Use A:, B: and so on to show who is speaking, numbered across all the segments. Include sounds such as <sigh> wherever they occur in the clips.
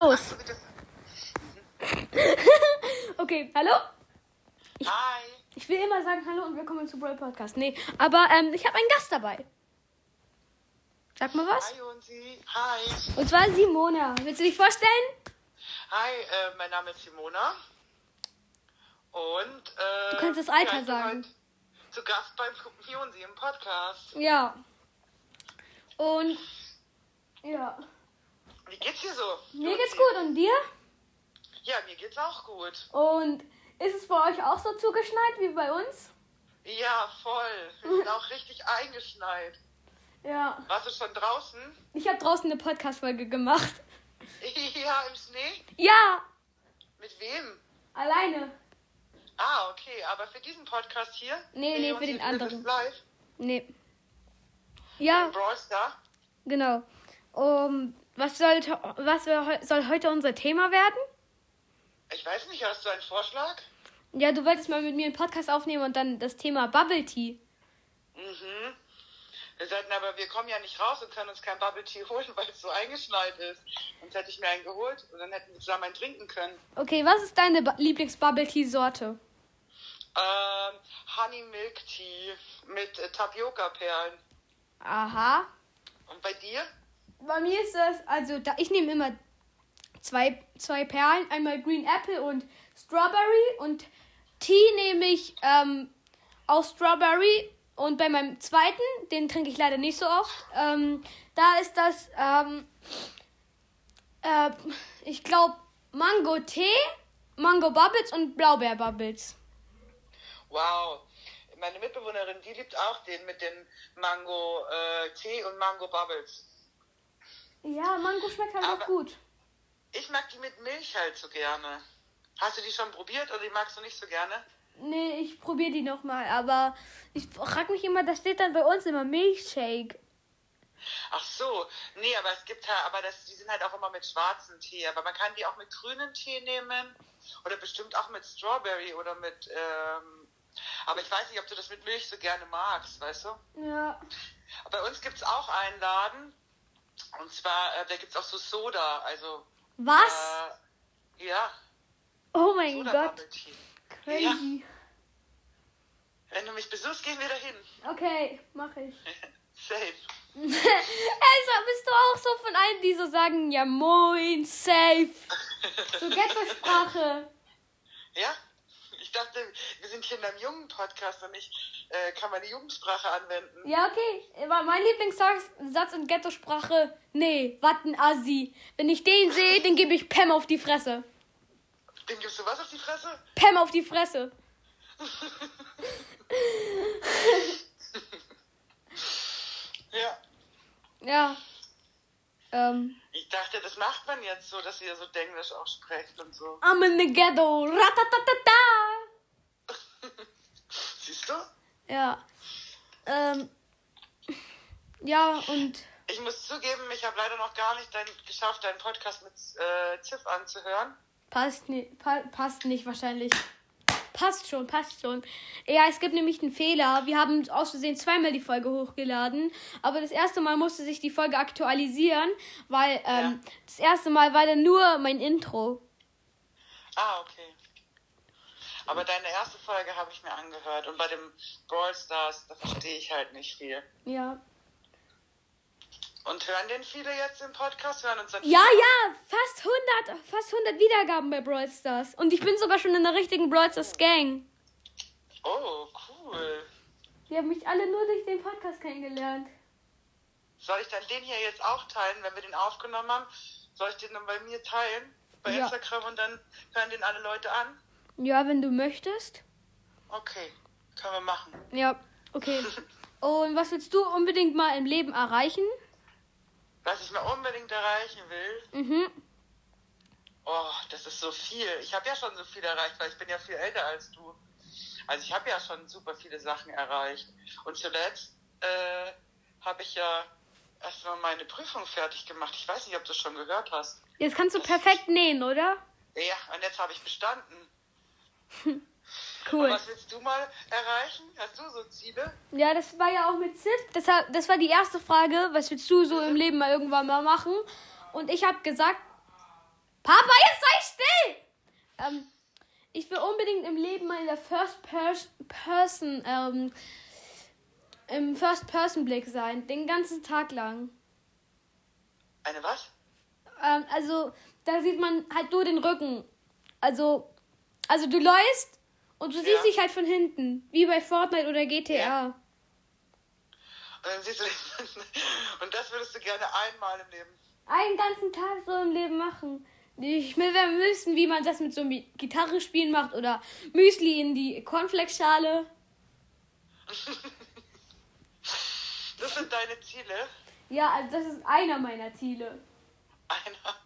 A: aus. <laughs> okay, hallo?
B: Hi.
A: Ich will immer sagen Hallo und willkommen zu Brawl Podcast. Nee, aber ähm, ich habe einen Gast dabei. Sag mal was.
B: Hi Unsi. Hi.
A: Und zwar Simona. Willst du dich vorstellen?
B: Hi, äh, mein Name ist Simona. Und äh,
A: Du kannst das Alter
B: ja, ich bin
A: sagen.
B: heute Zu Gast beim Junsi im Podcast.
A: Ja. Und. Ja.
B: Wie geht's dir so?
A: Mir
B: Unsi?
A: geht's gut und dir?
B: Ja, mir geht's auch gut.
A: Und ist es bei euch auch so zugeschneit wie bei uns?
B: Ja, voll. Wir sind auch richtig eingeschneit.
A: Ja.
B: Warst du schon draußen? <laughs>
A: Ich habe draußen eine Podcast-Folge gemacht.
B: ja, im Schnee?
A: Ja,
B: Mit wem?
A: alleine.
B: Ah, okay. Aber für diesen Podcast hier? Äh,
A: Nee, nee, für
B: Unsi
A: den
B: findet
A: anderen.
B: es Live.
A: Nee. Ja,
B: Brawl Star.
A: genau. Um, was soll, was wir heu- soll heute unser Thema werden?
B: Ich weiß nicht, hast du einen Vorschlag?
A: Ja, du wolltest mal mit mir einen Podcast aufnehmen und dann das Thema Bubble Tea.
B: Mhm. Wir sollten aber, wir kommen ja nicht raus und können uns kein Bubble Tea holen, <laughs> weil es so eingeschneit ist. Sonst hätte ich mir einen geholt und dann hätten wir zusammen einen trinken können.
A: Okay, was ist deine Ba- Lieblings-Bubble Tea-Sorte?
B: Ähm, Honey Milk Tea mit äh, Tapioca-Perlen.
A: Aha.
B: Und bei dir?
A: Bei mir ist das, also da, ich nehme immer zwei, zwei Perlen, einmal Green Apple und Strawberry und Tee nehme ich ähm, auch Strawberry und bei meinem zweiten, den trinke ich leider nicht so oft, ähm, da ist das, ähm, äh, ich glaube, Mango Tee, Mango Bubbles und Blaubeer Bubbles.
B: Wow. Meine Mitbewohnerin, die liebt auch den mit dem Mango äh, Tee und Mango Bubbles.
A: Ja, Mango schmeckt halt
B: Aber-
A: auch gut.
B: Ich mag die mit Milch halt so gerne. Hast du die schon probiert oder die magst du nicht so gerne?
A: Nee, ich probiere die nochmal, aber ich frage mich immer, da steht dann bei uns immer Milchshake.
B: Ach so, nee, aber es gibt halt, aber das, die sind halt auch immer mit schwarzem Tee. Aber man kann die auch mit grünem Tee nehmen oder bestimmt auch mit Strawberry oder mit. Ähm, aber ich weiß nicht, ob du das mit Milch so gerne magst, weißt du?
A: Ja.
B: Bei uns gibt es auch einen Laden und zwar, äh, da gibt es auch so Soda, also.
A: Was?
B: Äh, ja,
A: oh mein
B: Soda
A: Gott,
B: Bubble Tea.
A: crazy.
B: Wenn du mich besuchst, gehen wir dahin.
A: Okay, mache ich.
B: Safe. <laughs>
A: Elsa, bist du auch so von allen, die so sagen, ja moin, safe. So Ghetto-Sprache.
B: Ja? Ich dachte, wir sind hier in einem jungen Podcast und ich äh, kann meine Jugendsprache anwenden.
A: Ja, okay. War mein Lieblingssatz Satz in Ghetto-Sprache, nee, watten Assi. Wenn ich den sehe, den gebe ich Pam auf die Fresse.
B: Dem gibst du was auf die Fresse?
A: Pam auf die Fresse.
B: Ja.
A: Ja. Ähm.
B: Ich dachte, das macht man jetzt so, dass ihr so Englisch auch sprecht und so.
A: I'm in the ghetto. Ratatatata.
B: Siehst du?
A: Ja. Ähm. Ja, und.
B: Ich muss zugeben, ich habe leider noch gar nicht dein, geschafft, deinen Podcast mit äh, Ziff anzuhören.
A: Passt, ni pa passt nicht wahrscheinlich. Passt schon, passt schon. Ja, es gibt nämlich einen Fehler. Wir haben aus Versehen zweimal die Folge hochgeladen. Aber das erste Mal musste sich die Folge aktualisieren, weil ähm, das erste Mal war dann nur mein Intro.
B: Ah, okay. Aber deine erste Folge habe ich mir angehört und bei dem Brawl Stars, da verstehe ich halt nicht viel.
A: Ja.
B: Und hören den viele jetzt im Podcast? Hören uns dann
A: Ja, ja, fast 100, fast 100 Wiedergaben bei Brawl Stars. Und ich bin sogar schon in der richtigen Brawl Stars Gang.
B: Oh, cool.
A: Die haben mich alle nur durch den Podcast kennengelernt.
B: Soll ich dann den hier jetzt auch teilen, wenn wir den aufgenommen haben? Soll ich den dann bei mir teilen? Bei
A: Ja.
B: Instagram und dann hören den alle Leute an?
A: Ja, wenn du möchtest.
B: Okay, können wir machen.
A: Ja, okay. <laughs> Und was willst du unbedingt mal im Leben erreichen?
B: Was ich mir unbedingt erreichen will,
A: Mhm.
B: oh, das ist so viel. Ich habe ja schon so viel erreicht, weil ich bin ja viel älter als du. Also ich habe ja schon super viele Sachen erreicht. Und zuletzt äh, habe ich ja erstmal meine Prüfung fertig gemacht. Ich weiß nicht, ob du es schon gehört hast.
A: Jetzt kannst du perfekt nähen, oder?
B: Ja, und jetzt habe ich bestanden. Und
A: Cool.
B: was willst du mal erreichen? Hast du so Ziele?
A: Ja, das war ja auch mit Sid. Das, ha- das war die erste Frage. Was willst du so im Leben mal irgendwann mal machen? Und ich habe gesagt, Papa, jetzt sei still! Ähm, ich will unbedingt im Leben mal in der First Pers Person, ähm, im First Person Blick sein, den ganzen Tag lang.
B: Eine was?
A: Ähm, also, da sieht man halt nur den Rücken. Also, also du läufst und du
B: Ja.
A: siehst dich halt von hinten, wie bei Fortnite oder GTA.
B: Ja. Und dann siehst du Und das würdest du gerne einmal im Leben. <laughs>
A: einen ganzen Tag so im Leben machen. Ich will gerne wissen, wie man das mit so einem Gitarre spielen macht oder Müsli in die Cornflakes-Schale.
B: Das sind deine Ziele.
A: Ja, also das ist einer meiner Ziele.
B: Einer.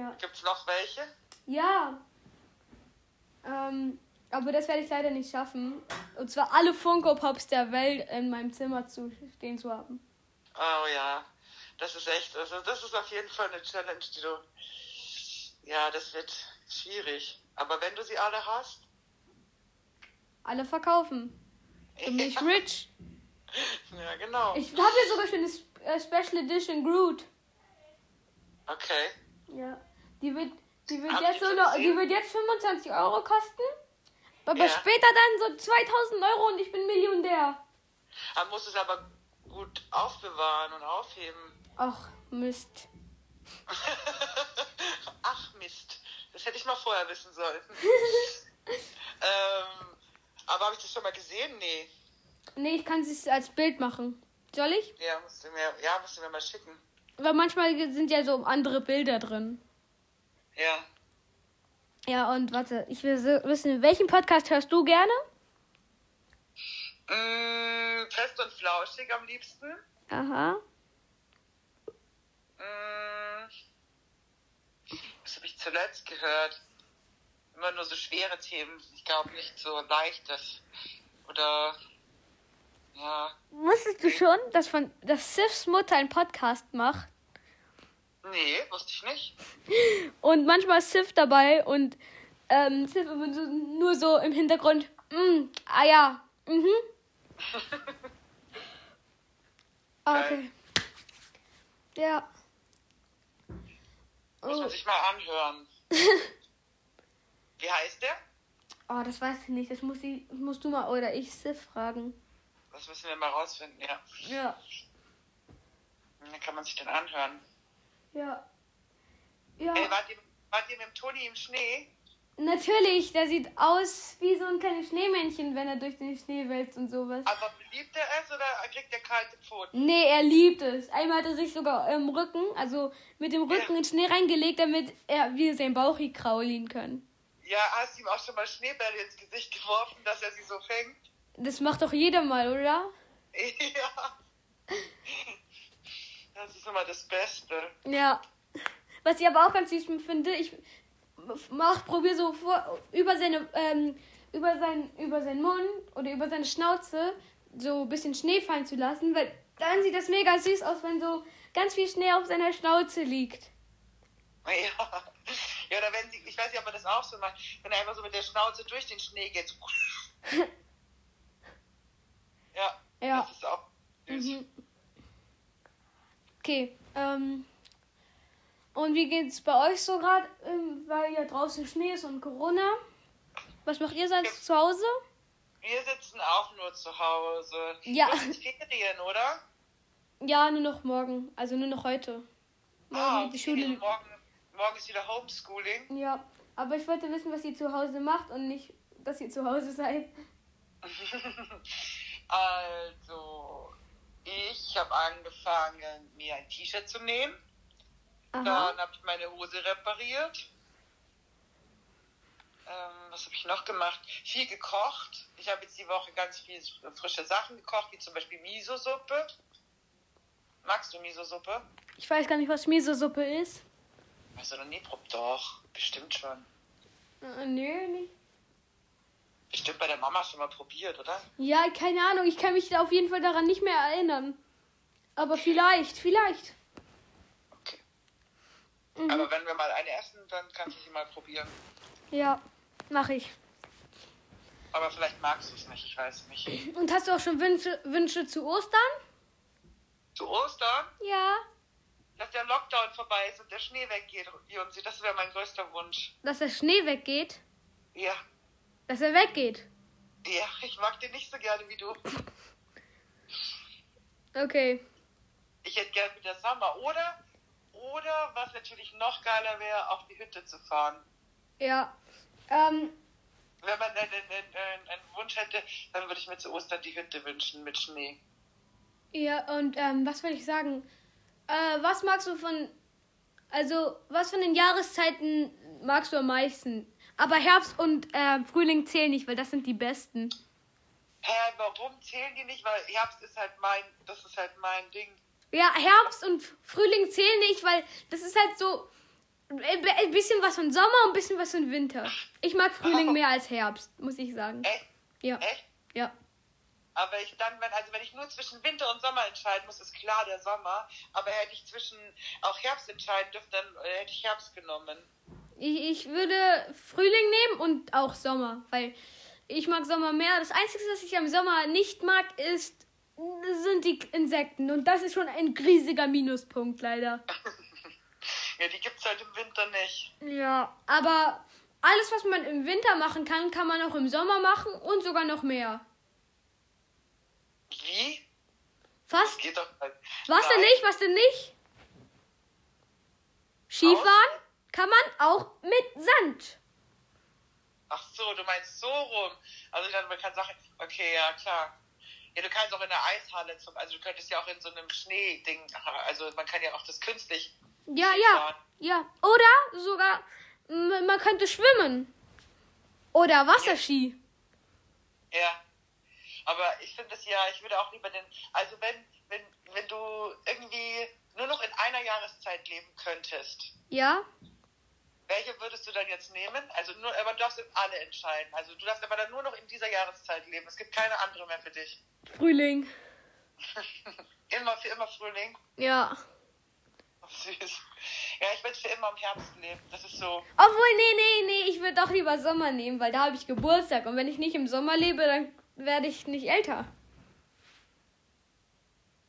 A: Ja.
B: Gibt's noch welche?
A: Ja. Ähm, aber das werde ich leider nicht schaffen. Und zwar alle Funko Pops der Welt in meinem Zimmer zu stehen zu haben.
B: Oh ja. Das ist echt, also das ist auf jeden Fall eine Challenge, die du. Ja, das wird schwierig. Aber wenn du sie alle hast, <laughs>
A: Alle verkaufen. Dann bin ich rich.
B: ja genau.
A: Ich habe hier sogar schon eine Sp- äh, Special Edition Groot.
B: Okay.
A: Ja. Die wird, die wird,
B: Habt
A: jetzt,
B: ihr
A: so
B: schon
A: noch,
B: gesehen?
A: die wird jetzt 25 Euro kosten. Aber
B: Ja.
A: später dann so 2000 Euro und ich bin Millionär.
B: Man muss es aber gut aufbewahren und aufheben.
A: Ach, Mist.
B: Ach Mist. Das hätte ich mal vorher wissen sollen. ähm, aber habe ich das schon mal gesehen? Nee.
A: Nee, ich kann es als Bild machen. Soll ich?
B: Ja, musst du mir, ja, musst du mir mal schicken.
A: Weil manchmal sind ja so andere Bilder drin.
B: Ja.
A: Ja, und warte, ich will so wissen, welchen Podcast hörst du gerne?
B: Mm, fest und flauschig am liebsten.
A: Aha.
B: Mm, was habe ich zuletzt gehört? Immer nur so schwere Themen. Ich glaube nicht so leichtes. Oder ja.
A: Wusstest du schon, dass, von, dass Sifs Mutter einen Podcast macht?
B: Nee, wusste ich nicht.
A: Und manchmal ist Sif dabei und ähm, Sif immer so, nur so im Hintergrund, mm, ah ja, mhm. Ah, okay. Ja.
B: Muss
A: Oh.
B: man sich mal anhören. Wie heißt der?
A: oh, das weiß ich nicht. Das muss ich, musst du mal oder ich Sif fragen.
B: Das müssen wir mal rausfinden, ja.
A: Ja.
B: Dann kann man sich den anhören.
A: Ja. Ja.
B: Ey, wart ihr, wart ihr mit dem Toni im Schnee?
A: Natürlich, der sieht aus wie so ein kleines Schneemännchen, wenn er durch den Schnee wälzt und sowas.
B: Aber Also, liebt er es oder kriegt er kalte Pfoten?
A: Nee, er liebt es. Einmal hat er sich sogar im Rücken, also mit dem Rücken in den Schnee reingelegt, damit er wir seinen Bauch hier kraulen können.
B: Ja, hast du ihm auch schon mal Schneebälle ins Gesicht geworfen, dass er sie so fängt? <laughs>
A: Das macht doch jeder mal, oder?
B: Ja. Das ist immer das Beste.
A: Ja. Was ich aber auch ganz süß finde, ich mach, probier so vor, über seine, ähm, über seinen, über seinen Mund oder über seine Schnauze so ein bisschen Schnee fallen zu lassen, weil dann sieht das mega süß aus, wenn so ganz viel Schnee auf seiner Schnauze liegt.
B: Ja. Ja, oder wenn sie, ich weiß nicht, ob man das auch so macht, wenn er einfach so mit der Schnauze durch den Schnee geht.
A: <laughs>
B: So. Ja,
A: Ja.
B: das ist auch süß.
A: Mhm. Okay, ähm. Und wie geht's bei euch so gerade, ähm, weil ja draußen Schnee ist und Corona? Was macht ihr sonst zu Hause?
B: Wir sitzen auch nur zu Hause.
A: Ja.
B: Du hast Ferien, oder?
A: Ja, nur noch morgen, also nur noch heute. Morgen
B: Ah,
A: geht die
B: okay.
A: Schule.
B: Morgen, morgen ist
A: <laughs>
B: wieder Homeschooling.
A: Ja, aber ich wollte wissen, was ihr zu Hause macht und nicht, dass ihr zu Hause seid.
B: Also, ich habe angefangen, mir ein T-Shirt zu nähen.
A: Aha.
B: Dann habe ich meine Hose repariert. Ähm, was habe ich noch gemacht? Viel gekocht. Ich habe jetzt die Woche ganz viel frische Sachen gekocht, wie zum Beispiel Miso-Suppe. Magst du Miso-Suppe?
A: Ich weiß gar nicht, was Miso-Suppe ist.
B: Hast du noch nie probiert? Doch, bestimmt schon.
A: Äh, nö, nicht.
B: Bestimmt bei der Mama schon mal probiert, oder?
A: Ja, keine Ahnung, ich kann mich da auf jeden Fall daran nicht mehr erinnern. Aber vielleicht, vielleicht.
B: Okay. Aber wenn wir mal eine essen, dann kannst du sie mal probieren.
A: Ja, mache ich.
B: Aber vielleicht magst du es nicht, ich weiß nicht.
A: Und hast du auch schon Wünsche, Wünsche zu Ostern?
B: Zu Ostern?
A: Ja.
B: Ich dass der Lockdown vorbei ist und der Schnee weggeht, Jonsi. Das wäre mein größter Wunsch.
A: Dass der Schnee weggeht?
B: Ja.
A: Dass er weggeht?
B: Ja, ich mag den nicht so gerne wie du.
A: Okay.
B: Ich hätte gerne wieder Sommer. Oder, oder was natürlich noch geiler wäre, auf die Hütte zu fahren.
A: Ja. Ähm,
B: Wenn man einen, einen, einen, einen Wunsch hätte, dann würde ich mir zu Ostern die Hütte wünschen mit Schnee.
A: ja, und ähm, was will ich sagen? Äh, was magst du von. Also, was von den Jahreszeiten magst du am meisten? Aber Herbst und äh, Frühling zählen nicht, weil das sind die besten.
B: Hä, warum zählen die nicht? Weil Herbst ist halt mein, das ist halt mein Ding.
A: Ja, Herbst und Frühling zählen nicht, weil das ist halt so äh, ein bisschen was von Sommer und ein bisschen was von Winter. Ich mag Frühling mehr als Herbst, muss ich sagen.
B: Echt?
A: Ja,
B: Echt?
A: ja.
B: Aber ich dann, wenn, also wenn ich nur zwischen Winter und Sommer entscheiden muss, ist klar der Sommer. Aber hätte ich zwischen auch Herbst entscheiden dürfen, dann äh, hätte ich Herbst genommen.
A: Ich, ich würde Frühling nehmen und auch Sommer, weil ich mag Sommer mehr. Das Einzige, was ich am Sommer nicht mag, ist sind die Insekten und das ist schon ein riesiger Minuspunkt leider.
B: Ja, die gibt's halt im Winter nicht.
A: Ja, aber alles, was man im Winter machen kann, kann man auch im Sommer machen und sogar noch mehr.
B: Wie?
A: Fast
B: Geht doch halt.
A: Was denn
B: Nein.
A: nicht? Was denn nicht? Skifahren kann man auch mit Sand.
B: Ach so, du meinst so rum. Also dann man kann Sachen. Okay, ja klar. Ja, du kannst auch in der Eishalle zum, also du könntest ja auch in so einem Schneeding, also man kann ja auch das künstlich.
A: Ja,
B: Skifahren.
A: ja, ja. Oder sogar, m- man könnte schwimmen. Oder Wasserski.
B: Ja. Aber ich finde es ja, ich würde auch lieber den, also wenn, wenn, wenn du irgendwie nur noch in einer Jahreszeit leben könntest,
A: Ja?
B: welche würdest du dann jetzt nehmen? Also nur, aber du darfst jetzt alle entscheiden. Also du darfst aber dann nur noch in dieser Jahreszeit leben. Es gibt keine andere mehr für dich.
A: Frühling.
B: Immer für immer Frühling. <laughs>
A: Ja.
B: Ach, Süß. Ja, ich will für immer im Herbst leben. Das ist so.
A: Obwohl, nee, nee, nee, ich würde doch lieber Sommer nehmen, weil da habe ich Geburtstag. Und wenn ich nicht im Sommer lebe, dann werde ich nicht älter.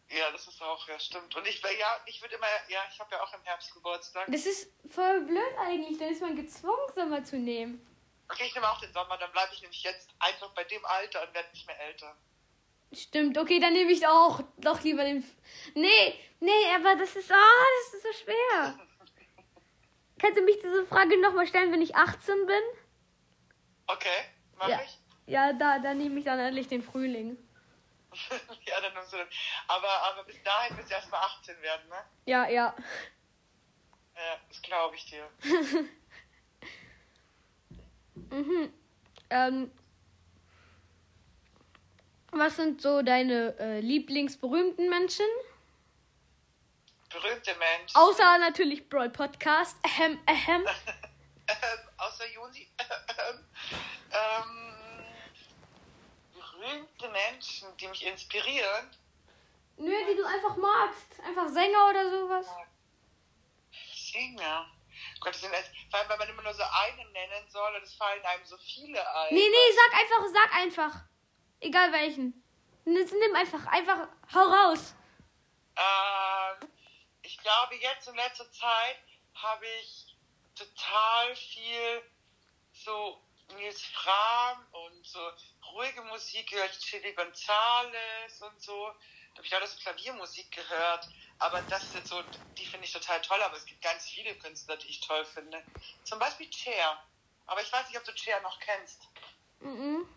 B: Ja, das ist auch, ja, stimmt. Und ich, wär- ja, ich würde immer, ja, ich habe ja auch im Herbst Geburtstag.
A: Das ist voll blöd eigentlich. Dann ist man gezwungen, Sommer zu nehmen.
B: Okay, ich nehme auch den Sommer, dann bleibe ich nämlich jetzt einfach bei dem Alter und werde nicht mehr älter.
A: Stimmt, okay, dann nehme ich auch doch lieber den. F- Nee, nee, aber das ist. Ah, das ist so schwer. Kannst du mich diese Frage nochmal stellen, wenn ich 18 bin?
B: Okay, mach
A: ja.
B: ich. <laughs>
A: Ja, da, da nehme ich dann endlich den Frühling.
B: ja, dann nimmst du den. Aber, aber bis dahin wirst du erst mal 18 werden, ne?
A: Ja, ja.
B: Ja, das glaube ich dir.
A: Ähm, was sind so deine äh, Lieblingsberühmten Menschen?
B: Berühmte Mensch.
A: Außer natürlich Brawl Podcast. Ahem, ahem.
B: <laughs> Ähm, außer Jonsi. <laughs> Ähm, ähm, berühmte Menschen, die mich inspirieren.
A: Nö, die du einfach magst. Einfach Sänger oder sowas.
B: Singer. Gott, das sind erst, vor allem, weil man immer nur so einen nennen soll und es fallen einem so viele ein.
A: Nee, nee, sag einfach, sag einfach. Egal welchen. Nimm nimm einfach, einfach, hau raus.
B: Ähm, ich glaube, jetzt in letzter Zeit habe ich total viel so Nils Fram und so ruhige Musik gehört, Chili Gonzales und so. Da habe ich auch so Klaviermusik gehört. Aber das ist jetzt so, die finde ich total toll. Aber es gibt ganz viele Künstler, die ich toll finde. Zum Beispiel Cher. Aber ich weiß nicht, ob du Cher noch kennst.
A: Mhm.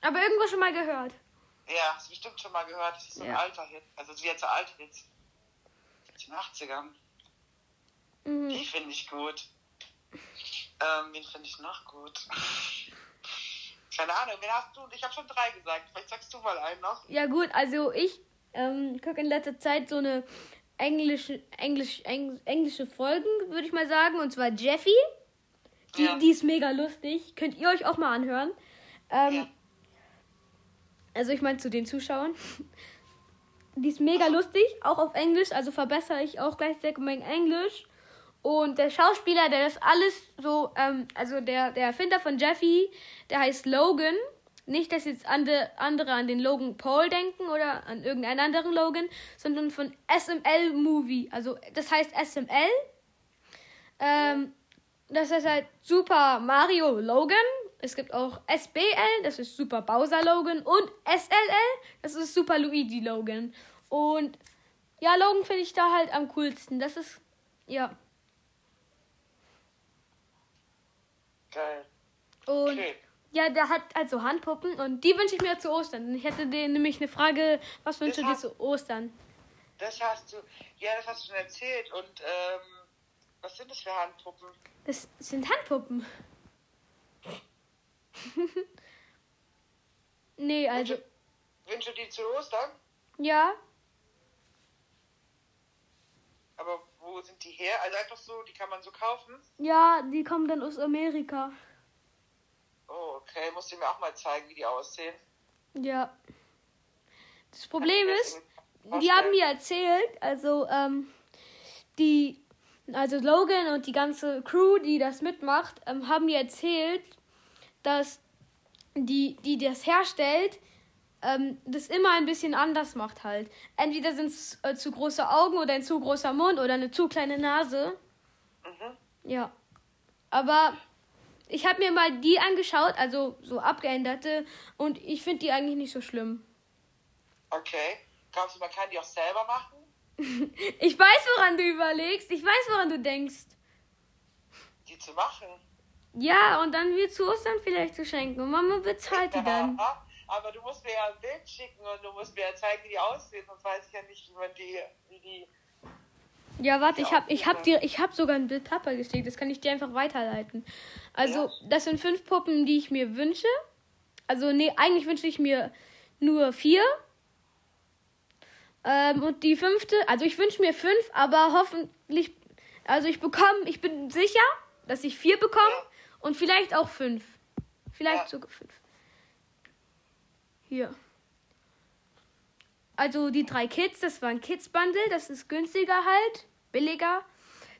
A: Aber irgendwo schon mal gehört.
B: Ja, hast du bestimmt schon mal gehört. Das ist so ein
A: Ja.
B: alter Hit. Also sie hat so alte Hits. Aus den 80ern.
A: Mhm.
B: Die finde ich gut. Ähm, wen finde ich noch gut? Keine Ahnung, wen hast du? Ich habe schon drei gesagt. Vielleicht sagst du mal einen noch.
A: Ja gut, also ich ähm, gucke in letzter Zeit so eine englische, englisch, Eng, englische Folgen, würde ich mal sagen. Und zwar Jeffy. Die,
B: Ja.
A: die ist mega lustig. Könnt ihr euch auch mal anhören. Ähm,
B: Ja.
A: Also ich meine zu den Zuschauern. Die ist mega lustig, auch auf Englisch, also verbessere ich auch gleichzeitig mein Englisch. Und der Schauspieler, der das alles so, ähm, also der, der Erfinder von Jeffy, der heißt Logan. nicht, dass jetzt ande, andere an den Logan Paul denken oder an irgendeinen anderen Logan, sondern von SML Movie. Also das heißt SML. Ähm, das ist halt Super Mario Logan. Es gibt auch SBL, das ist Super Bowser Logan. Und SLL, das ist Super Luigi Logan. Und ja, Logan finde ich da halt am coolsten. Das ist, ja.
B: Geil.
A: Und
B: Okay.
A: ja, der hat also Handpuppen und die wünsche ich mir zu Ostern. Ich hätte dir nämlich eine Frage, was wünschst du dir
B: hat-
A: zu Ostern?
B: Das hast du, ja, das hast du schon erzählt. Und ähm, was sind das für Handpuppen?
A: Das sind Handpuppen. <laughs> nee, also,
B: Wünsche, wünsche die zu Ostern?
A: ja.
B: Aber wo sind die her? Also einfach so, die kann man so kaufen.
A: Ja, die kommen dann aus Amerika.
B: Oh, okay. Musst du mir auch mal zeigen, wie die aussehen.
A: Ja. Dus Das Problem ist, die
B: Okay.
A: haben mir erzählt, also ähm, die, also Logan und die ganze Crew, die das mitmacht, ähm, haben mir erzählt, dass die, die das herstellt, ähm, das immer ein bisschen anders macht halt. Entweder sind es äh, zu große Augen oder ein zu großer Mund oder eine zu kleine Nase.
B: Mhm.
A: Ja. Aber ich habe mir mal die angeschaut, also so abgeänderte, und ich finde die eigentlich nicht so schlimm.
B: Okay. Glaubst du, man kann die auch selber machen?
A: Ich weiß, woran du überlegst. Ich weiß, woran du denkst.
B: Die zu machen?
A: Ja, und dann wird zu Ostern vielleicht zu schenken. Und Mama bezahlt die dann.
B: Genau, ne? Aber du musst mir ja ein Bild schicken und du musst mir ja zeigen, wie die aussehen, sonst weiß ich ja nicht, wie man die, wie die.
A: Ja, warte, ich hab, ich hab dir, ich hab sogar ein Bild Papa geschickt. Das kann ich dir einfach weiterleiten. Also, das sind fünf Puppen, die ich mir wünsche. Also, nee, eigentlich wünsche ich mir nur vier. Ähm, und die fünfte, also ich wünsche mir fünf, aber hoffentlich, also ich bekomme, ich bin sicher, dass ich vier bekomme und vielleicht auch fünf. Vielleicht
B: Ja.
A: sogar fünf. Hier. Also die drei Kids, das war ein Kids-Bundle, das ist günstiger halt, billiger.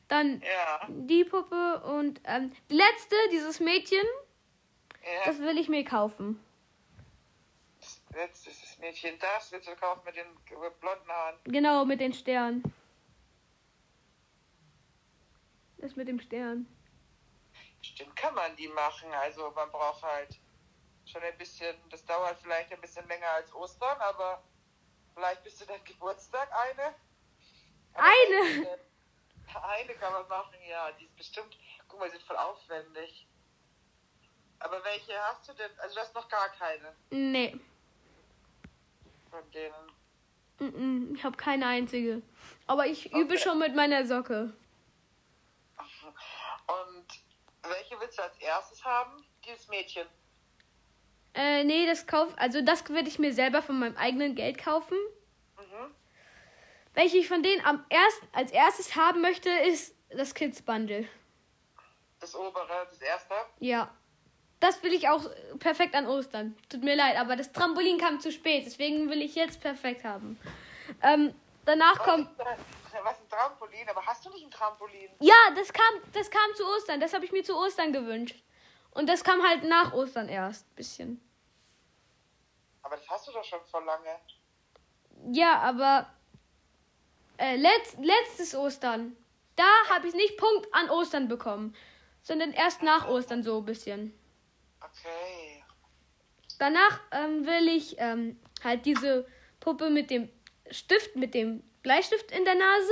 A: Dann
B: Ja,
A: die Puppe und ähm, die letzte, dieses Mädchen,
B: ja.
A: das will ich mir kaufen.
B: Das letzte ist das Mädchen. Das willst du kaufen mit den blonden Haaren.
A: Genau, mit den Sternen. Das mit dem Stern.
B: Stimmt, kann man die machen. Also man braucht halt schon ein bisschen, das dauert vielleicht ein bisschen länger als Ostern, aber vielleicht bist du dein Geburtstag eine.
A: Eine?
B: Eine, eine kann man machen, ja. Die ist bestimmt, guck mal, die sind voll aufwendig. Aber welche hast du denn? Also du hast noch gar keine
A: Nee,
B: von denen.
A: mm, mm, ich habe keine einzige. Aber ich übe
B: Okay.
A: schon mit meiner Socke.
B: Und welche willst du als erstes haben? Dieses Mädchen.
A: Äh, nee, das kauf, also das würde ich mir selber von meinem eigenen Geld kaufen.
B: Mhm.
A: Welche ich von denen am erst, als erstes haben möchte, ist das Kids Bundle.
B: Das obere, das erste.
A: Ja. Das will ich auch äh, perfekt an Ostern. Tut mir leid, aber das Trampolin kam zu spät, deswegen will ich jetzt perfekt haben. Ähm, danach kommt.
B: <laughs> Was ein Trampolin, aber hast du nicht ein Trampolin?
A: Ja, das kam, das kam zu Ostern. Das habe ich mir zu Ostern gewünscht. Und das kam halt nach Ostern erst. Bisschen.
B: Aber das hast du doch schon vor lange.
A: Ja, aber äh, letz, letztes Ostern, da habe ich nicht Punkt an Ostern bekommen, sondern erst nach Ostern so ein bisschen.
B: Okay.
A: Danach ähm, will ich ähm, halt diese Puppe mit dem Stift, mit dem Bleistift in der Nase,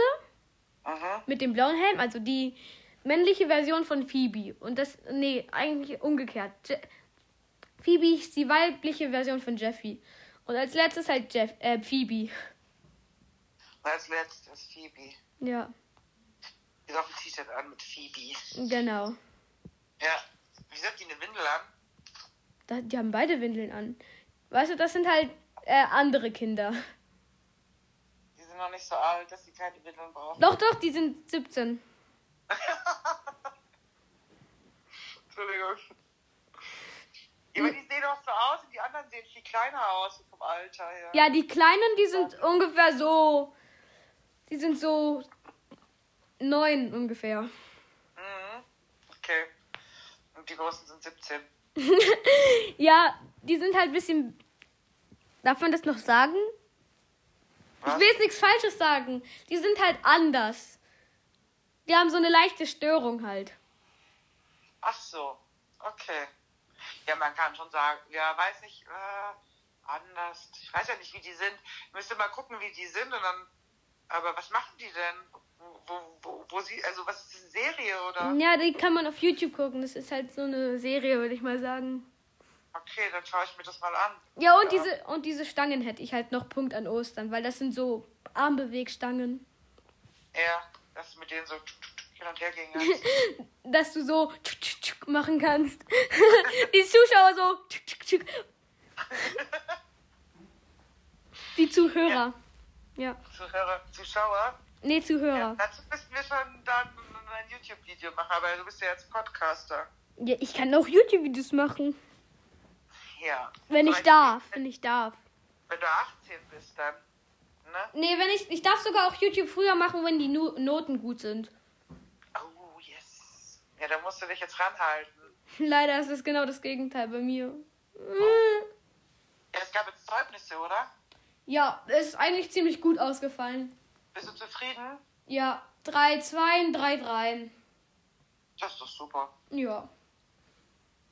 B: Aha.
A: mit dem blauen Helm, also die männliche Version von Phoebe. Und das, nee, eigentlich umgekehrt. Je Phoebe ist die weibliche Version von Jeffy. Und als letztes halt Jeff, äh, Phoebe.
B: Und als letztes Phoebe.
A: Ja,
B: Die hat auch ein T-Shirt an mit Phoebe.
A: genau.
B: Ja. Wieso hat die eine Windel an?
A: Da, die haben beide Windeln an. Weißt du, das sind halt äh, andere Kinder.
B: Die sind noch nicht so alt, dass sie keine Windeln brauchen.
A: Doch, doch, die sind 17.
B: Entschuldigung. Ja, <laughs> aber die sehen doch so aus und die anderen sehen viel kleiner aus vom Alter her.
A: Ja, die Kleinen, die sind ungefähr so. Die sind so. neun ungefähr.
B: Mhm. Okay. Und die Großen sind 17.
A: Ja, die sind halt ein bisschen. Darf man das noch sagen? Ich
B: Was?
A: will jetzt nichts Falsches sagen. Die sind halt anders. Die haben so eine leichte Störung halt.
B: Ach so, okay. Ja, man kann schon sagen, ja, weiß nicht, äh, anders. Ich weiß ja nicht, wie die sind. Ich müsste mal gucken, wie die sind und dann. Aber was machen die denn? Wo, wo, wo sie, also was ist eine Serie oder?
A: Ja, die kann man auf YouTube gucken. Das ist halt so eine Serie, würde ich mal sagen.
B: Okay, dann schaue ich mir das mal an.
A: Ja, und diese und diese Stangen hätte ich halt noch Punkt an Ostern, weil das sind so Armbewegstangen,
B: Ja, dass du mit denen so tsch, tsch, tsch hin und her gingst.
A: <laughs> dass du so tschuk, tschuk, tschuk machen kannst. <laughs> die Zuschauer so tschuk, tschuk, tschuk. Die Zuhörer. Ja.
B: Zuhörer, Zuschauer.
A: Nee,
B: Ja,
A: Zuhörer.
B: dazu müssen wir schon dann ein YouTube-Video machen, aber du bist ja jetzt Podcaster.
A: Ja, ich kann auch YouTube-Videos machen.
B: Ja.
A: Wenn
B: Aber
A: ich darf,
B: Wenn,
A: wenn ich darf.
B: wenn du 18 bist, dann. Ne?
A: Nee, wenn ich. Ich darf sogar auch YouTube früher machen, wenn die Nu- Noten gut sind. <laughs>
B: Oh, yes. Ja, da musst du dich jetzt ranhalten.
A: Leider ist es genau das Gegenteil bei mir.
B: Ja, es gab jetzt Zeugnisse, oder?
A: Ja, es ist eigentlich ziemlich gut ausgefallen.
B: Bist du zufrieden?
A: Ja, 3, 2, 3, 3.
B: Das ist doch super.
A: Ja.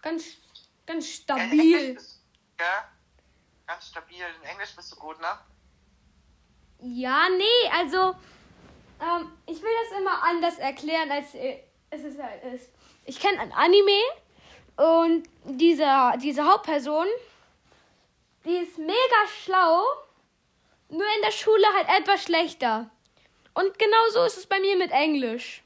A: Ganz, ganz
B: Ja, in Englisch <laughs>
A: stabil.
B: bist, ja? Ganz stabil. In Englisch bist du gut, ne?
A: Ja, nee, also. Ähm, ich will das immer anders erklären, als äh, es ist halt ist. Ich kenne ein Anime und dieser, diese Hauptperson, die ist mega schlau, nur in der Schule halt etwas schlechter. Und genau so ist es bei mir mit Englisch.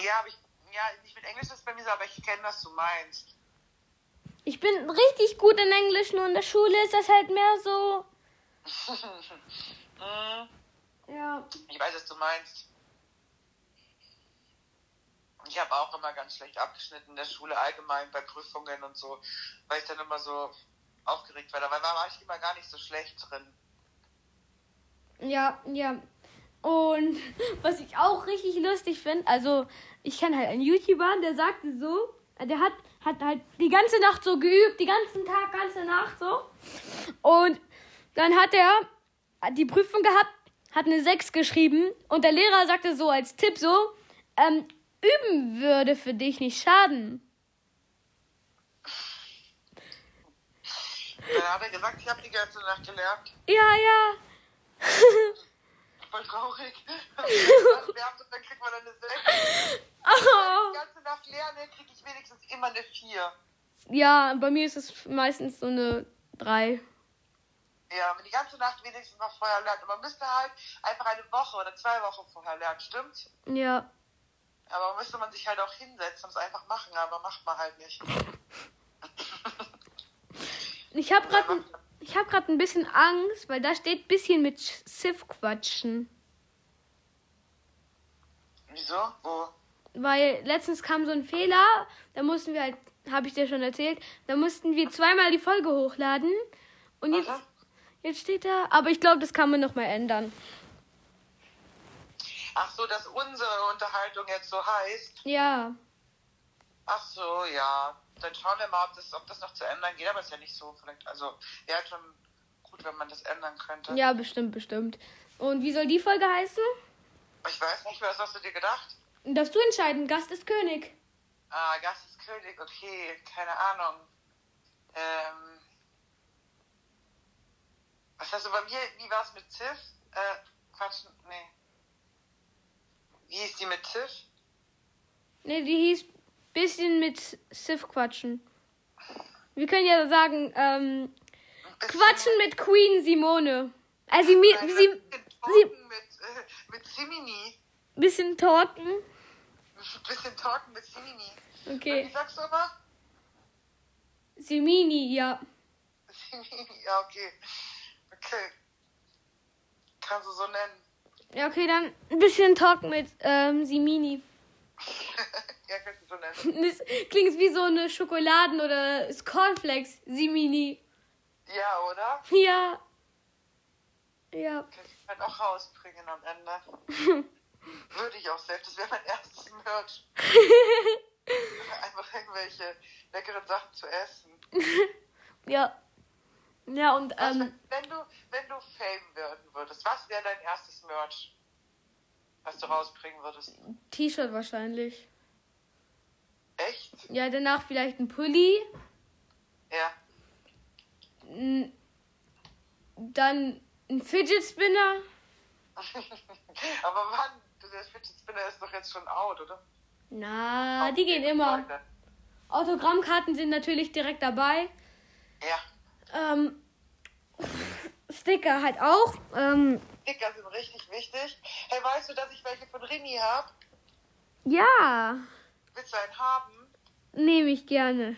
B: Ja, aber ich. Ja, nicht mit Englisch ist es bei mir so, aber ich kenne, was du meinst.
A: Ich bin richtig gut in Englisch, nur in der Schule ist das halt mehr so.
B: Hm,
A: Ja.
B: ich weiß, was du meinst. Ich habe auch immer ganz schlecht abgeschnitten in der Schule allgemein bei Prüfungen und so, weil ich dann immer so aufgeregt war. Dabei war war ich immer gar nicht so schlecht drin.
A: Ja, ja. Und <laughs> was ich auch richtig lustig finde, also ich kenne halt einen YouTuber, der sagte so, der hat, hat halt die ganze Nacht so geübt, die ganzen Tag, ganze Nacht so. Und dann hat er die Prüfung gehabt, hat eine 6 geschrieben und der Lehrer sagte so als Tipp so, ähm, üben würde für dich nicht schaden.
B: Dann hat er gesagt, ich habe die ganze Nacht gelernt.
A: Ja, ja.
B: Voll traurig. Also, Wir haben das, dann kriegt man eine 6. Die
A: Oh.
B: ganze Nacht lerne, kriege ich wenigstens immer eine 4.
A: Ja, bei mir ist es meistens so eine 3.
B: Ja, wenn man die ganze Nacht wenigstens noch vorher lernt. Und man müsste halt einfach eine Woche oder zwei Wochen vorher lernen, stimmt?
A: Ja.
B: Aber müsste man sich halt auch hinsetzen und es einfach machen, aber macht man halt nicht.
A: Ich habe gerade ich hab grad ein bisschen Angst, weil da steht bisschen mit Sch- Sif quatschen.
B: Wieso? Wo?
A: Weil letztens kam so ein Fehler, da mussten wir halt, habe ich dir schon erzählt, da mussten wir zweimal die Folge hochladen. Und jetzt,
B: Aha.
A: jetzt steht da, aber ich glaube, das kann man nochmal ändern.
B: Ach so, dass unsere Unterhaltung jetzt so heißt.
A: Ja,
B: Ach so, ja. Dann schauen wir mal, ob das, ob das noch zu ändern geht. Aber ist ja nicht so. Vielleicht, also wäre halt schon gut, wenn man das ändern könnte.
A: ja, bestimmt, bestimmt. Und wie soll die Folge heißen?
B: Ich weiß nicht, was hast du dir gedacht?
A: Darfst du entscheiden, Gast ist König.
B: Ah, Gast ist König, okay, keine Ahnung. Ähm, was hast du bei mir, wie war es mit Tiff? Äh, Quatsch, nee. Wie ist die mit Tiff?
A: Ne, die hieß bisschen mit Sif quatschen. Wir können ja sagen, ähm,
B: Ein bisschen-
A: quatschen mit Queen Simone. Äh, sie, mi-
B: Nein,
A: sie,
B: ein bisschen talken mit, äh, mit Simini.
A: bisschen talken.
B: Ein bisschen talken mit Simini. Wie
A: Okay.
B: sagst du immer? <laughs>
A: Simini, ja.
B: Simini, ja, okay. Okay. Kannst du so nennen. <laughs>
A: Ja, okay, dann ein bisschen talken mit ähm, Simini. <laughs>
B: ja, kannst du so nennen.
A: Das klingt wie so eine Schokoladen- oder Cornflakes Simini.
B: Ja, oder?
A: Ja. Ja.
B: Könnte ich halt auch rausbringen
A: <laughs>
B: am Ende. Würde ich auch selbst. Das wäre mein erstes Merch. Einfach irgendwelche leckeren Sachen zu essen.
A: Ja. Ja, und
B: Was,
A: ähm,
B: wenn, du, wenn du Fame werden würdest, was wäre dein erstes Merch, was du rausbringen würdest?
A: T-Shirt wahrscheinlich.
B: Echt?
A: Ja, danach vielleicht ein Pulli.
B: Ja. <laughs>
A: n- Dann ein Fidget Spinner.
B: Aber wann? Der Fidget Spinner ist doch jetzt schon out, oder?
A: Na, die gehen immer. Autogrammkarten sind natürlich direkt dabei.
B: Ja.
A: Ähm, <laughs> Sticker halt auch. Ähm,
B: Sticker sind richtig wichtig. Hey, weißt du, dass ich welche von Rini habe?
A: ja,
B: Willst du einen haben?
A: nehme ich gerne.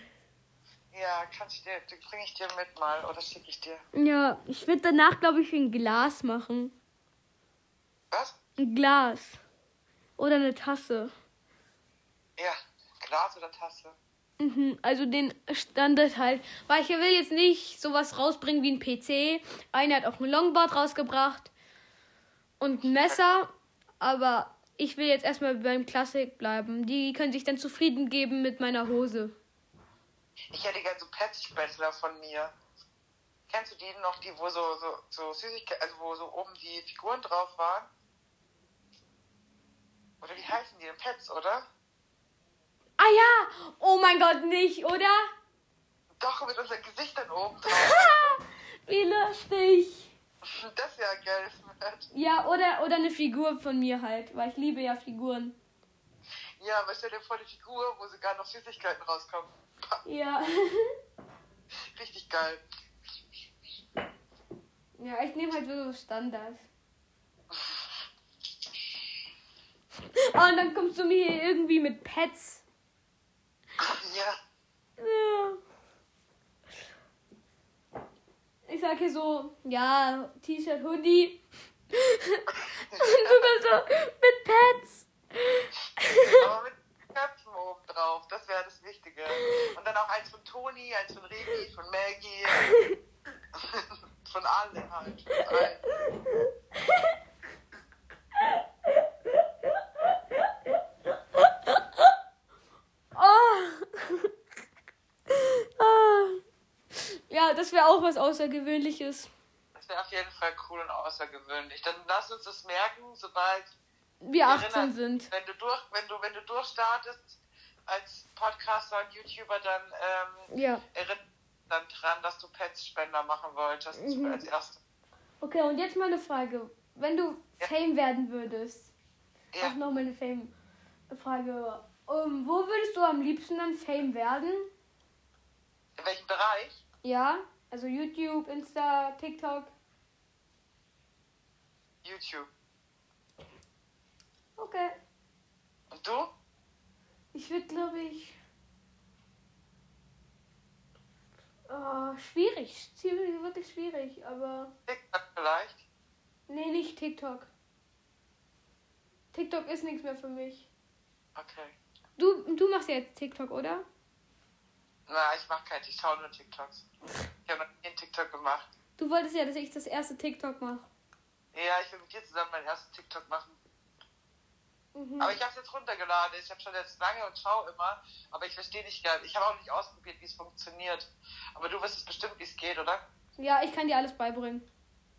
B: Ja, kann ich dir, den bringe ich dir mit mal oder schicke ich dir.
A: Ja, ich würde danach, glaube ich, ein Glas machen.
B: Was?
A: Ein Glas. Oder eine Tasse.
B: Ja. Glas oder Tasse?
A: Mhm, Also den Standard halt. Weil ich will jetzt nicht sowas rausbringen wie ein PC. Einer hat auch ein Longboard rausgebracht. Und ein Messer. Aber ich will jetzt erstmal beim Classic bleiben. Die können sich dann zufrieden geben mit meiner Hose.
B: Ich hätte gern so Patch Battler von mir. Kennst du die noch, die wo so so, so Süßigkeiten, also wo so oben die Figuren drauf waren? Oder wie heißen die denn? Pets, oder?
A: Ah ja! Oh mein Gott, nicht, oder?
B: Doch, mit unseren Gesichtern oben drauf. <laughs>
A: Wie lustig!
B: Das wäre ein geiles Merch.
A: Ja, oder, oder eine Figur von mir halt, weil ich liebe ja Figuren.
B: Ja, aber stell dir vor, die Figur, wo sogar noch Süßigkeiten rauskommen.
A: Ja.
B: Richtig geil. <laughs>
A: Ja, ich nehme halt so Standard. Oh, und dann kommst du mir hier irgendwie mit Pets.
B: Ja.
A: Ja. Ich sag hier so, ja, T-Shirt, Hoodie. <laughs> Und du kommst so mit Pets.
B: Aber mit Köpfen oben drauf, das wäre das Wichtige. Und dann auch eins von Toni, eins von Remy, von Maggie. <laughs> von allen halt. Von allen.
A: Oh. <laughs> Ah. Ja, das wäre auch was Außergewöhnliches.
B: Das wäre auf jeden Fall cool und außergewöhnlich. Dann lass uns das merken, sobald
A: Wir 18
B: Erinnert-
A: sind.
B: Wenn du durch, wenn du, wenn du durchstartest als Podcaster und YouTuber, dann ähm,
A: Ja.
B: erinnert dann dran, dass du Petspender machen wolltest
A: Mhm.
B: als erstes.
A: Okay, und jetzt mal eine Frage. Wenn du
B: Ja.
A: Fame werden würdest,
B: Ja.
A: auch nochmal eine Fame-Frage. Ähm, wo würdest du am liebsten dann Fame werden?
B: In welchem Bereich?
A: Ja, also YouTube, Insta, TikTok.
B: YouTube.
A: Okay.
B: Und du?
A: Ich würde, glaube ich. Äh, schwierig, ziemlich, wirklich schwierig, aber.
B: TikTok vielleicht?
A: Nee, nicht TikTok. TikTok ist nichts mehr für mich.
B: Okay.
A: Du, du machst ja jetzt TikTok, oder?
B: Na, ich mach keinen, ich schaue nur TikToks. Ich habe noch nie einen TikTok gemacht.
A: Du wolltest ja, dass ich das erste TikTok mache.
B: Ja, ich will mit dir zusammen meinen ersten TikTok machen.
A: Mhm.
B: Aber ich habe es jetzt runtergeladen. Ich habe schon jetzt lange und schaue immer. Aber ich verstehe nicht ganz. Ich habe auch nicht ausprobiert, wie es funktioniert. Aber du wirst es bestimmt, wie es geht, oder?
A: Ja, ich kann dir alles beibringen.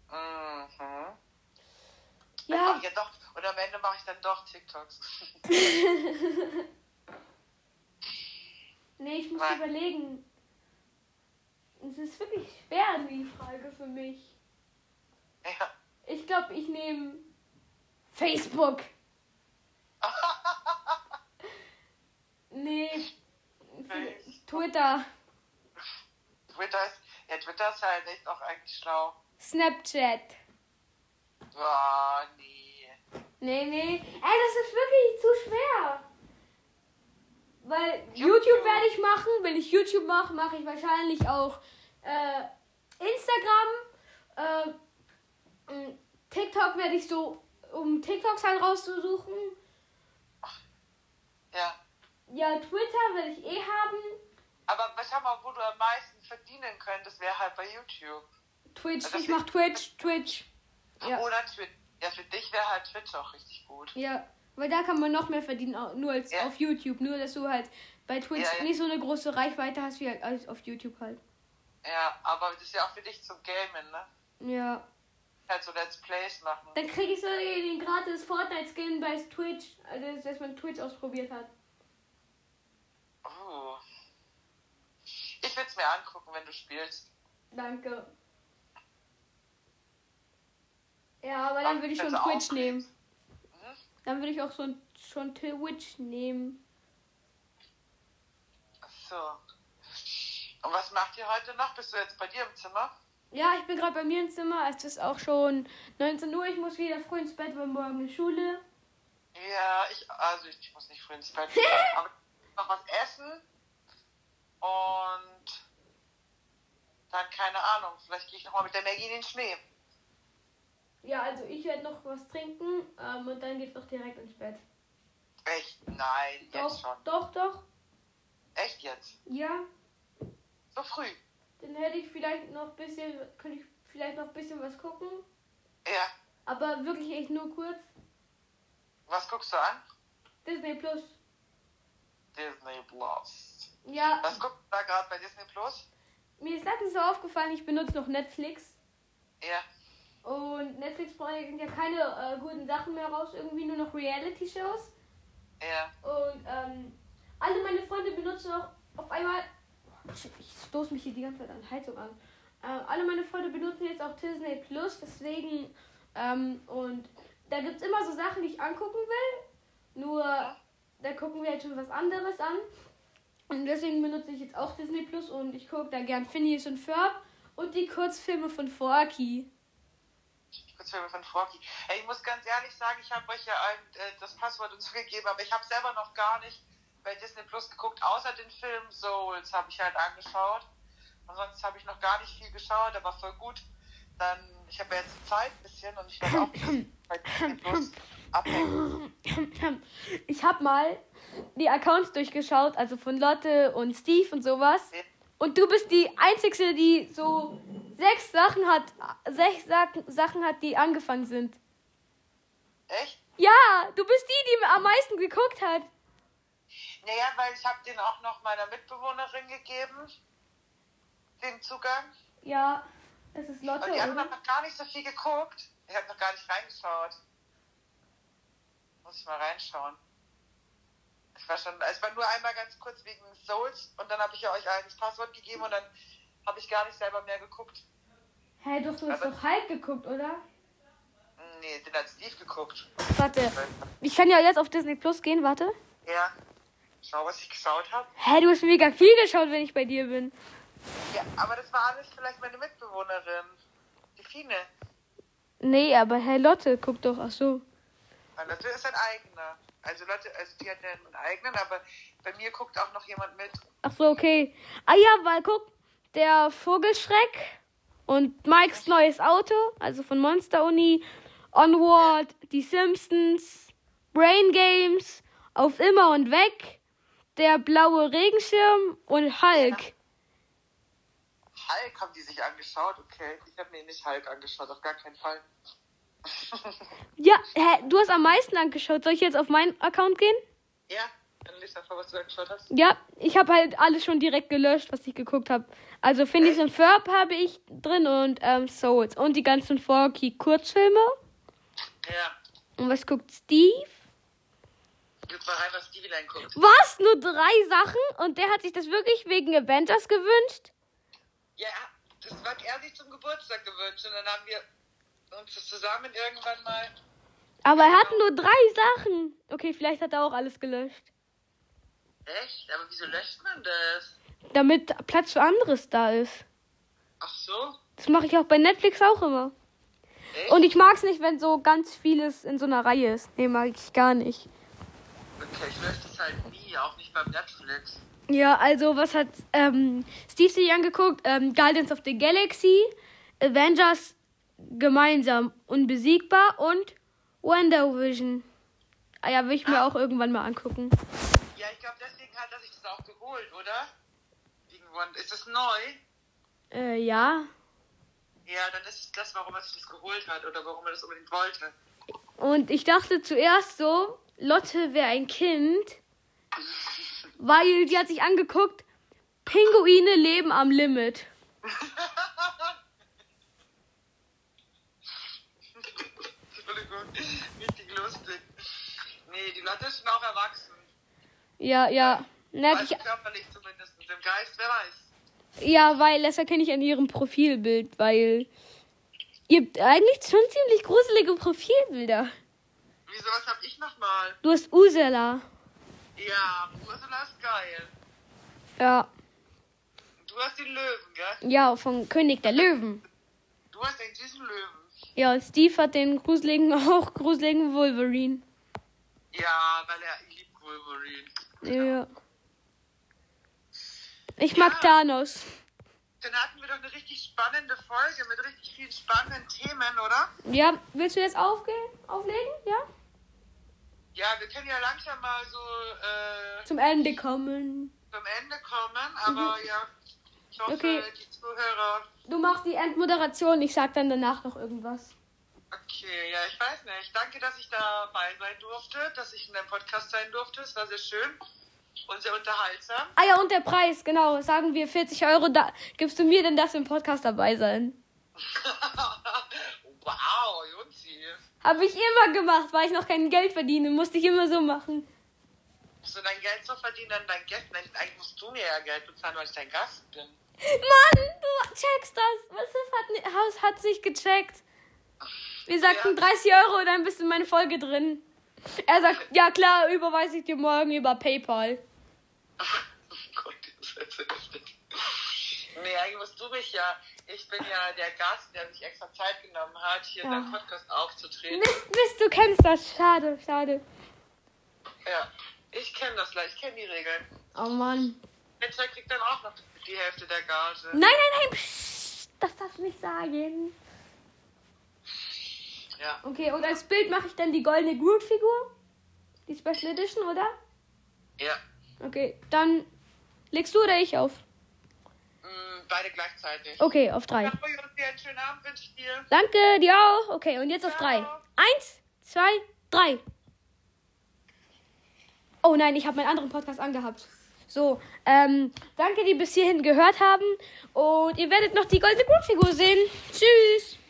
B: Mhm. Dann mach
A: Ja,
B: ich ja doch, und am Ende mache ich dann doch TikToks. <laughs>
A: nee, ich muss
B: Nein.
A: überlegen. Es ist wirklich schwer, die Frage für mich.
B: ja.
A: Ich glaube, ich nehme Facebook. nee, Twitter,
B: Twitter ist, ja, Twitter ist halt echt auch eigentlich schlau.
A: Snapchat.
B: Boah, nee.
A: Nee, nee. Ey, das ist wirklich zu schwer. Weil YouTube,
B: YouTube.
A: werde ich machen. Wenn ich YouTube mache, mache ich wahrscheinlich auch äh, Instagram. Äh, m, TikTok werde ich so, um TikToks halt rauszusuchen.
B: Ja.
A: Ja, Twitter werde ich eh haben.
B: Aber was haben wir, wo du am meisten verdienen könntest, wäre halt bei YouTube.
A: Twitch,
B: Also
A: ich
B: das-
A: mache Twitch, Twitch. Ja.
B: Oder Twitch. Ja, für dich wäre halt Twitch auch halt richtig gut.
A: Ja, Weil da kann man noch mehr verdienen, au- nur als
B: Ja.
A: auf YouTube. Nur, dass du halt bei Twitch
B: Ja, ja.
A: nicht so eine große Reichweite hast wie halt als auf YouTube halt.
B: Ja, aber das ist ja auch für dich zum Gamen, ne?
A: Ja.
B: Halt so Let's Plays machen.
A: Dann krieg ich so den gratis Fortnite-Skin bei Twitch, also dass man Twitch ausprobiert hat.
B: Uh. Ich würde es mir angucken, wenn du spielst.
A: Danke. Ja, aber dann würde ich schon
B: Also
A: Twitch
B: auch-
A: nehmen.
B: Hm?
A: Dann würde ich auch schon, schon Twitch nehmen.
B: So. Und was macht ihr heute noch? Bist du jetzt bei dir im Zimmer?
A: Ja, ich bin gerade bei mir im Zimmer. Es ist auch schon 19 Uhr. Ich muss wieder früh ins Bett, weil morgen ist Schule.
B: Ja, ich, also ich muss nicht früh ins Bett.
A: <laughs>
B: aber noch was essen. Und dann keine Ahnung. Vielleicht gehe ich nochmal mit der Maggie in den Schnee.
A: Ja, also ich werde noch was trinken ähm, und dann geht's auch direkt ins Bett.
B: Echt? Nein, jetzt
A: Doch,
B: schon.
A: doch, doch.
B: Echt jetzt?
A: Ja,
B: So früh?
A: dann hätte ich vielleicht noch ein bisschen, könnte ich vielleicht noch ein bisschen was gucken.
B: Ja.
A: Aber wirklich echt nur kurz.
B: Was guckst du an?
A: Disney Plus.
B: Disney Plus.
A: Ja,
B: Was guckst du da gerade bei Disney Plus?
A: mir ist letztens so aufgefallen, ich benutze noch Netflix.
B: Ja.
A: Und Netflix-Freunde sind ja keine äh, guten Sachen mehr raus, irgendwie nur noch Reality-Shows.
B: Ja.
A: Und ähm, alle meine Freunde benutzen auch auf einmal. Boah, shit, Ich stoße mich hier die ganze Zeit an Heizung an. Ähm, alle meine Freunde benutzen jetzt auch Disney Plus, deswegen. Ähm, und da gibt es immer so Sachen, die ich angucken will. Nur da gucken wir jetzt schon was anderes an. Und deswegen benutze ich jetzt auch Disney Plus und ich gucke da gern Phineas und Ferb und die Kurzfilme von Forky.
B: Kurzfilme von Forky. Ey, ich muss ganz ehrlich sagen, ich habe euch ja ein, äh, das Passwort und so gegeben, aber ich habe selber noch gar nicht bei Disney Plus geguckt, außer den Film Souls habe ich halt angeschaut. Ansonsten habe ich noch gar nicht viel geschaut, aber voll gut. Dann, ich habe ja jetzt Zeit ein bisschen und ich werde auch bei Disney Plus abhängen.
A: Ich hab mal die Accounts durchgeschaut, also von Lotte und Steve und sowas. Und du bist die Einzige, die so sechs Sachen hat, sechs Sachen, Sachen hat, die angefangen sind.
B: Echt?
A: Ja, du bist die, die am meisten geguckt hat.
B: Naja, weil ich habe den auch noch meiner Mitbewohnerin gegeben, den Zugang.
A: Ja, es ist Lotte,
B: Und die anderen haben
A: oder?
B: noch gar nicht so viel geguckt. Ich habe noch gar nicht reingeschaut. Muss ich mal reinschauen. Ich war schon, es war nur einmal ganz kurz wegen Souls und dann habe ich ja euch allen das Passwort gegeben und dann habe ich gar nicht selber mehr geguckt.
A: Hä, hey, doch, du hast
B: Aber-
A: doch Hulk geguckt, oder?
B: Nee, den hat Steve geguckt.
A: Warte, ich kann ja jetzt auf Disney Plus gehen, warte.
B: Ja. Schau, was ich geschaut habe.
A: Hä, hey, du hast mega viel geschaut, wenn ich bei dir bin.
B: Ja, aber das war alles vielleicht meine Mitbewohnerin. Die Fine.
A: Nee, aber hey, Lotte, guck doch, ach so.
B: Weil Lotte ist ein eigener. Also Lotte, also die hat ja einen eigenen, aber bei mir guckt auch noch jemand mit.
A: Ach so, okay. Ah ja, weil guck, der Vogelschreck und Mikes neues Auto, also von Monster Uni, Onward, die Simpsons, Brain Games, Auf immer und weg, der blaue Regenschirm und Hulk.
B: Hulk haben die sich angeschaut, okay. Ich habe mir nicht Hulk angeschaut, auf gar keinen Fall.
A: Ja, hä, du hast am meisten angeschaut. Soll ich jetzt auf meinen Account gehen?
B: Ja, dann lies einfach, was du angeschaut hast.
A: Ja, ich habe halt alles schon direkt gelöscht, was ich geguckt habe. Also Phineas und Ferb habe ich drin und ähm, Souls und die ganzen Forky-Kurzfilme.
B: Ja,
A: Und was guckt Steve?
B: jetzt mal rein, was die wieder anguckt.
A: Was? Nur drei Sachen? Und der hat sich das wirklich wegen Avengers gewünscht?
B: Ja, das hat er sich zum Geburtstag gewünscht und dann haben wir uns das zusammen irgendwann mal.
A: Aber er hat nur drei Sachen. Okay, vielleicht hat er auch alles gelöscht.
B: Echt? Aber wieso löscht man das?
A: Damit Platz für anderes da ist.
B: Ach so?
A: Das mache ich auch bei Netflix auch immer.
B: Echt?
A: Und ich mag es nicht, wenn so ganz vieles in so einer Reihe ist. Nee, mag ich gar nicht.
B: okay, ich lösche das halt nie, auch nicht beim Netflix.
A: Ja, also was hat ähm, Steve sich angeguckt? Ähm, Guardians of the Galaxy, Avengers gemeinsam unbesiegbar und Wonder Vision. Ah ja, will ich mir auch irgendwann mal angucken.
B: Ja, ich glaube, deswegen hat er sich das auch geholt, oder? Irgendwann. Ist es neu?
A: Äh, ja.
B: Ja, dann ist es das, warum er sich das geholt hat oder warum er das unbedingt wollte.
A: Und ich dachte zuerst so, Lotte wäre ein Kind, weil die hat sich angeguckt, Pinguine leben am Limit.
B: <laughs> Entschuldigung, richtig lustig. Nee, die Leute sind auch erwachsen.
A: Ja, ja. Na,
B: Weiß
A: ich,
B: körperlich zumindest. Im Geist, wer weiß.
A: ja, weil das erkenne ich an ihrem Profilbild, weil ihr habt eigentlich schon ziemlich gruselige Profilbilder.
B: Wieso, was hab ich nochmal?
A: Du hast Ursula.
B: Ja, Ursula ist geil.
A: Ja,
B: Du hast den Löwen, gell?
A: ja, vom König der Löwen.
B: Du hast den süßen Löwen.
A: Ja, und Steve hat den gruseligen, <laughs> auch gruseligen Wolverine.
B: Ja, weil er liebt Wolverine.
A: Ja. Ich mag Thanos.
B: Dann hatten wir doch eine richtig spannende Folge mit richtig vielen spannenden Themen, oder?
A: Ja, willst du jetzt aufgehen, auflegen? Ja?
B: Ja, wir können ja langsam mal so äh,
A: Zum Ende kommen.
B: zum Ende kommen, aber ja, ich hoffe,
A: Okay.
B: die Zuhörer.
A: Du machst die Endmoderation, ich sag dann danach noch irgendwas.
B: Okay, ja, ich weiß nicht. Danke, dass ich dabei sein durfte, dass ich in deinem Podcast sein durfte. Es war sehr schön und sehr unterhaltsam. <laughs>
A: Ah ja, und der Preis, genau. Sagen wir 40 Euro, da gibst du mir denn das im Podcast dabei sein?
B: wow, Junzi.
A: Habe ich immer gemacht, weil ich noch kein Geld verdiene. Musste ich immer so machen.
B: Musst du dein Geld so verdienen, dann dein Geld. Nein, eigentlich musst du mir ja Geld bezahlen, weil ich dein Gast bin.
A: Mann, du checkst das. Was ist, hat, Haus hat sich gecheckt. Wir sagten 30 Euro, dann bist du in meine Folge drin. Er sagt, ja klar, überweise ich dir morgen über PayPal.
B: Oh Gott, das ist jetzt heftig. <laughs> Nee, eigentlich musst du mich ja. Ich bin ja der Gast, der sich extra Zeit genommen hat, hier in deinem Podcast aufzutreten.
A: Mist, Mist, du kennst das. Schade, schade.
B: Ja, ich kenne das gleich, ich kenne die Regeln.
A: Oh Mann.
B: Mensch, kriegt dann auch noch die Hälfte der Gage.
A: Nein, nein, nein, psst, das darfst du nicht sagen.
B: Ja.
A: Okay, und als Bild mache ich dann die goldene Groot-Figur. Die Special Edition, oder?
B: Ja.
A: Okay, dann legst du oder ich auf?
B: Mm, beide gleichzeitig.
A: Okay, auf drei.
B: Ciao, Jussi, einen schönen Abend wünsche ich dir.
A: Danke, dir auch. Okay, und jetzt auf drei.
B: Ciao.
A: Eins, zwei, drei. Oh nein, ich habe meinen anderen Podcast angehabt. So, ähm, danke, die bis hierhin gehört haben. Und ihr werdet noch die goldene Grundfigur sehen. Tschüss.